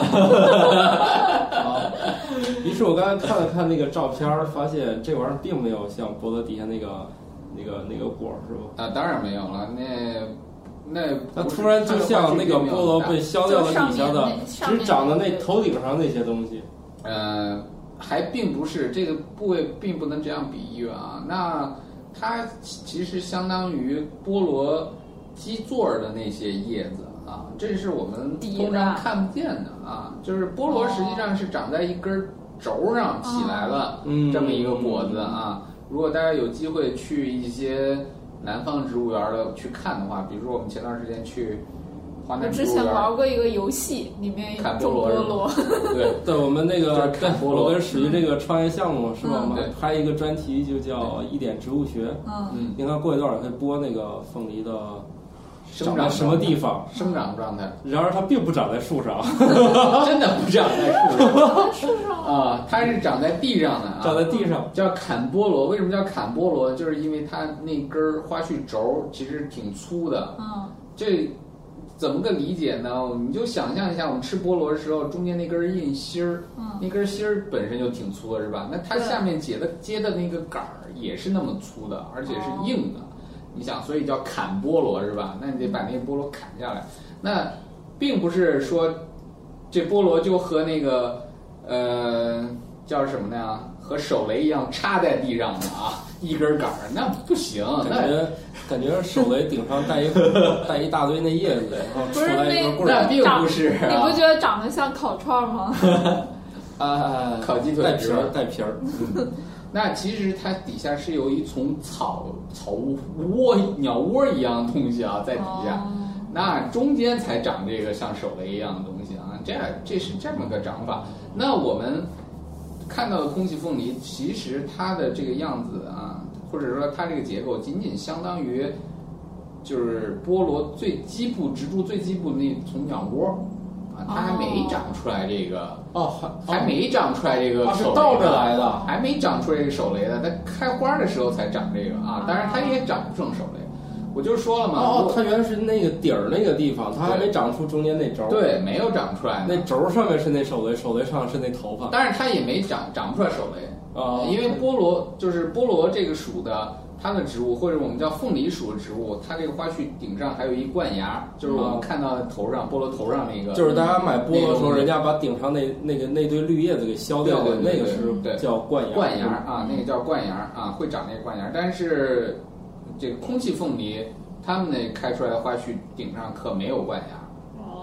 Speaker 3: [laughs] 啊于是我刚才看了看那个照片儿，发现这玩意儿并没有像菠萝底下那个那个那个果儿是吧？
Speaker 4: 啊，当然没有了，那那
Speaker 3: 它突然就像那个菠萝
Speaker 4: 啊
Speaker 3: 被削掉了底下的，只长的那头顶上那些东西。
Speaker 4: 呃，还并不是这个部位并不能这样比喻啊。那它其实相当于菠萝基座儿的那些叶子啊，这是我们
Speaker 2: 底
Speaker 4: 通
Speaker 2: 的
Speaker 4: 常看不见的啊。就是菠萝实际
Speaker 2: 哦
Speaker 4: 上是长在一根轴上起来了，
Speaker 3: 嗯
Speaker 4: 这么一个果子啊。如果大家有机会去一些南方植物园儿的去看的话，比如说我们前段时间去华
Speaker 2: 我
Speaker 4: 南植
Speaker 2: 之
Speaker 4: 物
Speaker 2: 前
Speaker 4: 园儿
Speaker 2: 玩过一个游戏，里面
Speaker 4: 看菠
Speaker 2: 种菠
Speaker 4: 萝是
Speaker 2: 萝，
Speaker 4: 对。
Speaker 2: [laughs]
Speaker 3: 对，我们那个
Speaker 4: 就是看菠萝
Speaker 3: 我跟史玉这个创业项目是吧？
Speaker 2: 嗯
Speaker 3: 我们
Speaker 4: 对
Speaker 3: 还拍一个专题，就叫《一点植物学》。
Speaker 4: [laughs]
Speaker 2: 嗯，
Speaker 4: 嗯，
Speaker 3: 应该过一段儿会播那个凤梨的
Speaker 4: 生
Speaker 3: 长
Speaker 4: 长
Speaker 3: 在什么地方，
Speaker 4: 生长状态，
Speaker 3: 然而它并不长在树
Speaker 4: 啊
Speaker 3: 上，
Speaker 4: [laughs] 真的不长在树上
Speaker 2: 树上
Speaker 4: 啊，它是长在地上的啊，
Speaker 3: [laughs] 长在地上。
Speaker 4: 叫砍菠萝。为什么叫砍菠萝？就是因为它那根儿花絮轴儿其实挺粗的。
Speaker 2: 嗯
Speaker 4: 这怎么个理解呢？你就想象一下，我们吃菠萝的时候，中间那根儿硬芯儿，
Speaker 2: 嗯
Speaker 4: 那根儿芯儿本身就挺粗的，是吧？那它
Speaker 2: 对
Speaker 4: 下面结的接的那个杆儿也是那么粗的，而且是
Speaker 2: 哦
Speaker 4: 硬的。你想，所以叫砍菠萝是吧？那你得把那个菠萝砍下来。那并不是说这菠萝就和那个呃叫什么呢？啊和手雷一样插在地上的啊，一根杆儿那不行，
Speaker 3: 感
Speaker 4: 哦那 [laughs]
Speaker 3: 觉感觉手雷顶上带一带一大堆那叶子，然后出来一根
Speaker 2: 不是
Speaker 3: 棍
Speaker 4: 那
Speaker 3: 儿，
Speaker 4: 并不是
Speaker 2: 你
Speaker 4: 啊
Speaker 2: 不觉。得长得像烤串吗？
Speaker 3: 啊，
Speaker 4: 烤鸡腿
Speaker 3: 带皮
Speaker 4: 是吧嗯
Speaker 3: 儿，带皮儿，
Speaker 4: 那其实它底下是有一丛草草窝鸟窝一样的东西啊，在底下。
Speaker 2: 哦
Speaker 4: 那中间才长这个像手雷一样的东西啊，这这是这么个长法。那我们看到的空气凤梨，其实它的这个样子啊，或者说它这个结构，仅仅相当于就是菠萝最基部植株最基部那从鸟窝啊，它还没长出来这个，
Speaker 3: 哦，
Speaker 4: 还没长出来这个
Speaker 3: 啊是
Speaker 4: 手雷
Speaker 3: 倒着
Speaker 4: 呢
Speaker 3: 来的，
Speaker 4: 还没长出这个手雷呢，它开花的时候才长这个
Speaker 2: 啊。
Speaker 4: 啊当然它也长不成手雷，我就说了嘛，
Speaker 3: 哦，
Speaker 4: 如
Speaker 3: 它原来是那个底儿那个地方，它还没长出中间那轴。，
Speaker 4: 对没有长出来
Speaker 3: 那
Speaker 4: 呢，
Speaker 3: 轴上面是那手雷，手雷上是那头发。
Speaker 4: 但是它也没长长不出来手雷，
Speaker 3: 哦，
Speaker 4: 因为菠萝就是菠萝这个属的，它的植物或者我们叫凤梨属的植物，它这个花序顶上还有一冠芽，就是我们看到头上菠萝头上那个，
Speaker 3: 哦就是大家买菠萝的时候，人家把顶上那那个那堆绿叶子给削掉了，
Speaker 4: 对对对
Speaker 3: 那个
Speaker 4: 对对
Speaker 3: 是叫冠芽。
Speaker 4: 冠芽啊，那个叫冠芽啊，会长那个冠芽，但是这个空气凤梨，它们那开出来的花序顶上可没有冠芽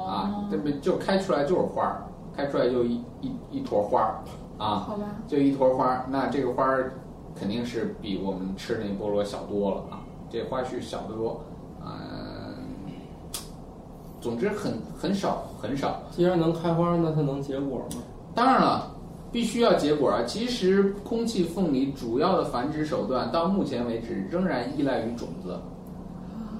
Speaker 4: 啊
Speaker 2: 哦，，
Speaker 4: 这不就开出来就是花儿，开出来就一一一坨花儿啊，
Speaker 2: 哦好吧，
Speaker 4: 就一坨花儿，那这个花儿肯定是比我们吃那菠萝小多了啊，这花序小得多，嗯，总之很很少很少，
Speaker 3: 嗯既然能开花，那它能结果吗？
Speaker 4: 当然了，必须要结果啊！其实，空气凤梨主要的繁殖手段到目前为止仍然依赖于种子，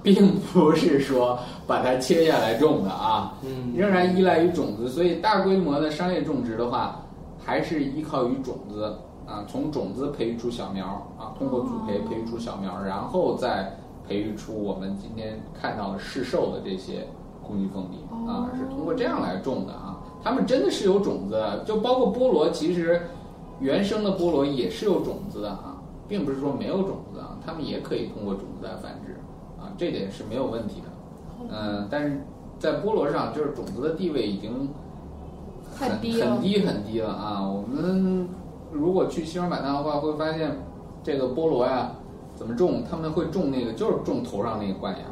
Speaker 4: 并不是说把它切下来种的啊，
Speaker 3: 嗯，
Speaker 4: 仍然依赖于种子。所以，大规模的商业种植的话，还是依靠于种子啊，从种子培育出小苗啊，通过组培培育出小苗，然后再培育出我们今天看到的市售的这些空气凤梨啊
Speaker 2: 哦，
Speaker 4: 是通过这样来种的啊。他们真的是有种子，就包括菠萝，其实原生的菠萝也是有种子的啊，并不是说没有种子啊，他们也可以通过种子来繁殖啊，这点是没有问题的。嗯，但是在菠萝上，就是种子的地位已经很
Speaker 2: 太低了
Speaker 4: 很低很低了啊！我们如果去西双版纳的话，会发现这个菠萝呀，怎么种？他们会种那个，就是种头上那个冠芽，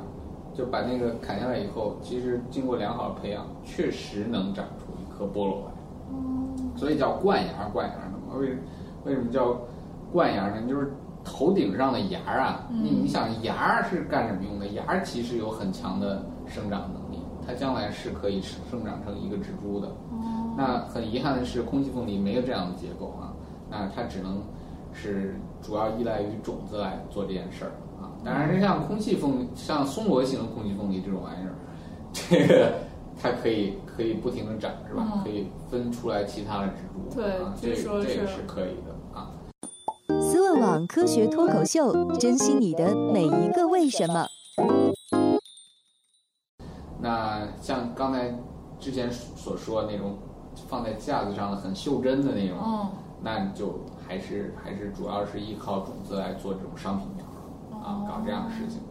Speaker 4: 就把那个砍下来以后，其实经过良好的培养，确实能长出一颗菠萝来，所以叫冠芽冠芽呢嘛。为为什么叫冠芽呢？就是头顶上的芽啊，
Speaker 2: 嗯
Speaker 4: 你你想芽是干什么用的？芽其实有很强的生长能力，它将来是可以生长成一个植株的。
Speaker 2: 哦
Speaker 4: 那很遗憾的是，空气凤梨没有这样的结构啊，那它只能是主要依赖于种子来做这件事儿啊。当然，像空气凤梨、像松萝型的空气凤梨这种玩意儿，这个它可以可以不停的长是吧？
Speaker 2: 嗯
Speaker 4: 可以分出来其他的植株，
Speaker 2: 对
Speaker 4: 啊、这
Speaker 2: 据说
Speaker 4: 个这个
Speaker 2: 是
Speaker 4: 是可以的啊。
Speaker 5: 思问网科学脱口秀，珍惜你的每一个为什么。
Speaker 4: 那像刚才之前所说的那种放在架子上的很袖珍的那种，
Speaker 2: 嗯，
Speaker 4: 那你就还是还是主要是依靠种子来做这种商品苗儿啊
Speaker 2: 哦，
Speaker 4: 搞这样的事情。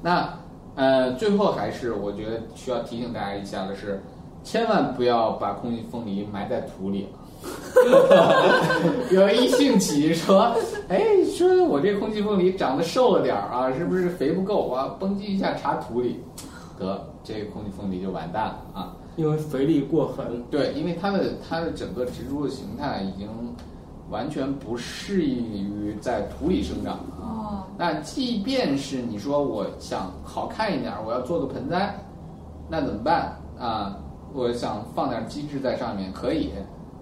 Speaker 4: 那呃，最后还是我觉得需要提醒大家一下的是，千万不要把空气凤梨埋在土里了。 [laughs] 有一兴起说，哎，说我这空气凤梨长得瘦了点儿啊，是不是肥不够啊？嘣叽一下插土里，得这空气凤梨就完蛋了啊！
Speaker 3: 因为肥力过狠，
Speaker 4: 对，因为它的它的整个植株的形态已经完全不适宜于在土里生长了啊。
Speaker 2: 哦，
Speaker 4: 那即便是你说我想好看一点儿，我要做个盆栽，那怎么办啊？我想放点机制在上面可以，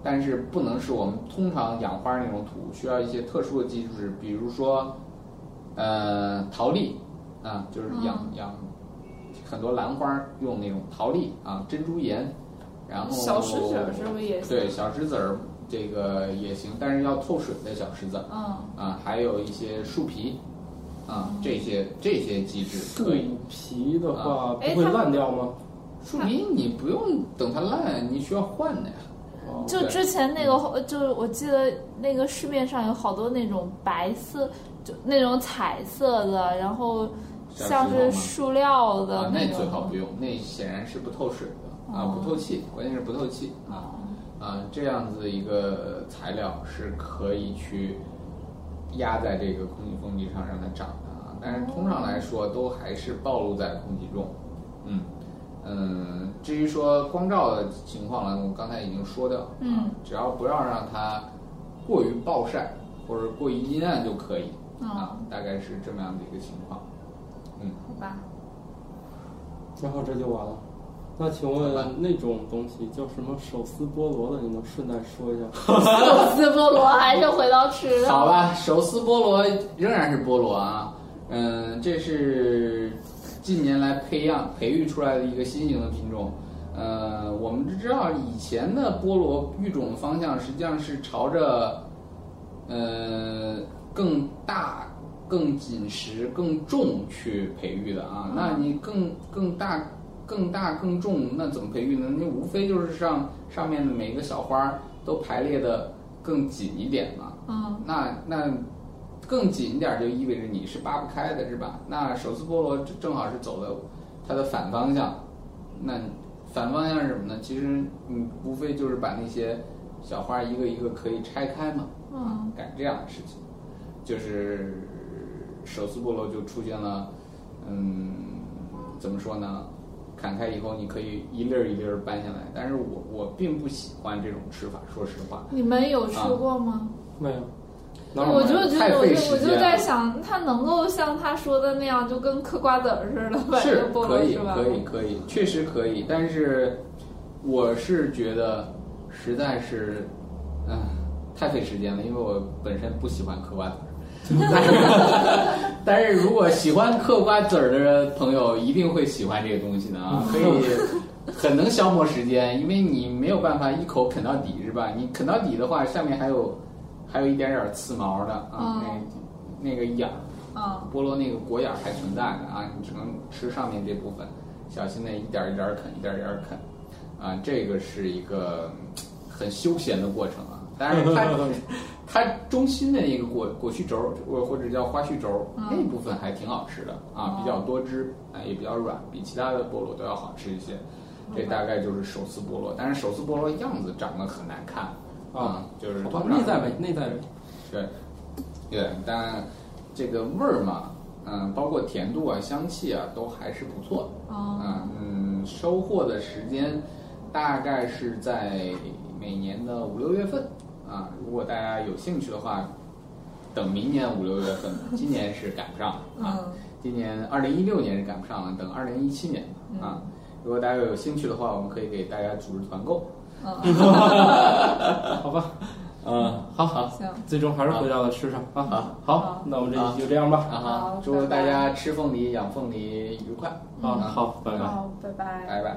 Speaker 4: 但是不能是我们通常养花那种土，需要一些特殊的机制，比如说，呃，陶粒啊，就是
Speaker 2: 嗯
Speaker 4: 养、养很多兰花用那种陶粒啊，珍珠岩，然后
Speaker 2: 小石子儿是不是也行？
Speaker 4: 对小石子儿这个也行，但是要透水的小石子儿。
Speaker 2: 嗯，
Speaker 4: 啊，还有一些树皮，啊，这些这些机制
Speaker 3: 树
Speaker 4: 可以。
Speaker 3: 皮的话
Speaker 4: 啊
Speaker 3: 不
Speaker 2: 哎
Speaker 3: 会
Speaker 2: 它
Speaker 3: 烂掉吗？
Speaker 4: 树皮你不用等它烂，你需要换的呀。
Speaker 3: 哦
Speaker 2: 就
Speaker 4: 对嗯
Speaker 2: 之前那个，就是我记得那个市面上有好多那种白色，就那种彩色的，然后像是塑料的
Speaker 4: 啊，
Speaker 2: 那
Speaker 4: 那
Speaker 2: 种。
Speaker 4: 最好不用，那显然是不透水的啊，
Speaker 2: 哦
Speaker 4: 不透气，关键是不透气啊
Speaker 2: 哦
Speaker 4: 啊，这样子一个材料是可以去压在这个空气缝壁上让它长的啊，但是通常来说都还是暴露在空气中，嗯。嗯，至于说光照的情况呢，我刚才已经说掉了。啊
Speaker 2: 嗯，
Speaker 4: 只要不要让它过于暴晒或者过于阴暗就可以、
Speaker 2: 嗯
Speaker 4: 啊，大概是这么样的一个情况。
Speaker 2: 好吧，
Speaker 3: 然后这就完了。那请
Speaker 4: 好吧
Speaker 3: 问那种东西叫什么手撕菠萝的？你能顺带说一下？
Speaker 2: 手撕菠萝还是回到吃的。
Speaker 4: 好吧，手撕菠萝仍然是菠萝啊，嗯，这是近年来培养培育出来的一个新型的品种。呃，我们知道以前的菠萝育种的方向实际上是朝着呃更大更紧实、更重去培育的啊。那你更更大、更大、更重，那怎么培育呢？你无非就是让上面的每一个小花儿都排列的更紧一点嘛。
Speaker 2: 嗯
Speaker 4: 那那更紧一点就意味着你是扒不开的，是吧？那手撕菠萝正正好是走的它的反方向，那反方向是什么呢？其实你无非就是把那些小花一个一个可以拆开嘛，
Speaker 2: 嗯
Speaker 4: 干这样的事情，就是手撕菠萝就出现了，嗯，怎么说呢？砍开以后，你可以一粒儿一粒儿搬下来，但是我我并不喜欢这种吃法，说实话。
Speaker 2: 你们有吃过吗？
Speaker 3: 没有，
Speaker 4: 啊
Speaker 2: 我就觉得，我
Speaker 4: 太费
Speaker 2: 就
Speaker 4: 时
Speaker 2: 我
Speaker 4: 间
Speaker 2: 就在想，它能够像他说的那样，就跟嗑瓜子儿似的， [laughs] 把这
Speaker 4: 是
Speaker 2: 个菠
Speaker 4: 可
Speaker 2: 萝
Speaker 4: 以，
Speaker 2: 吃完
Speaker 4: 可
Speaker 2: 了。
Speaker 4: 以，可以，确实可以。但是我是觉得实在是，嗯，太费时间了，因为我本身不喜欢嗑瓜子儿。 [laughs] 但是，但是如果喜欢嗑瓜子儿的朋友，一定会喜欢这个东西的啊，可以很能消磨时间，因为你没有办法一口啃到底，是吧？你啃到底的话，下面还有还有一点点儿刺毛的啊，
Speaker 2: 嗯
Speaker 4: 那那个眼儿。
Speaker 2: 嗯
Speaker 4: 菠萝那个果眼儿还存在的啊，你只能吃上面这部分，小心的一点儿一点儿啃，一点儿一点儿啃，啊，这个是一个嗯很休闲的过程啊。当然
Speaker 3: [laughs]
Speaker 4: 它，它中心的那个果果须轴儿，或或者叫花须轴儿，
Speaker 2: 嗯
Speaker 4: 那部分还挺好吃的啊，比较多汁，啊也比较软，比其他的菠萝都要好吃一些。这大概就是手撕菠萝，但是手撕菠萝样子长得很难看啊
Speaker 3: 啊，
Speaker 4: 就是
Speaker 3: 好
Speaker 4: 通
Speaker 3: 吧，
Speaker 4: 常
Speaker 3: 内在美，内在美，
Speaker 4: 对，对，但这个味儿嘛，嗯，包括甜度啊、香气啊，都还是不错的。
Speaker 2: 嗯
Speaker 4: 啊，嗯，收获的时间大概是在每年的五六月份啊。如果大家有兴趣的话，等明年五六月份，今年是赶不上了啊。
Speaker 2: 嗯，
Speaker 4: 今年二零一六年是赶不上了，等二零一七年
Speaker 2: 嗯
Speaker 4: 吧啊。如果大家有兴趣的话，我们可以给大家组织团购。
Speaker 2: 嗯，
Speaker 3: 好吧，
Speaker 4: [laughs] 嗯，
Speaker 3: 好好，
Speaker 2: 行，
Speaker 3: 最终还是回到了吃上啊
Speaker 4: 好。
Speaker 3: 好，那我们这期就这样吧。
Speaker 4: 啊哈
Speaker 2: 好，
Speaker 4: 祝大
Speaker 2: 拜拜
Speaker 4: 家吃凤梨、养凤梨愉快，
Speaker 3: 啊，好，拜拜。
Speaker 2: 好，拜拜。
Speaker 4: 拜拜。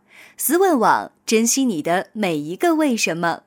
Speaker 5: 思问网，珍惜你的每一个为什么。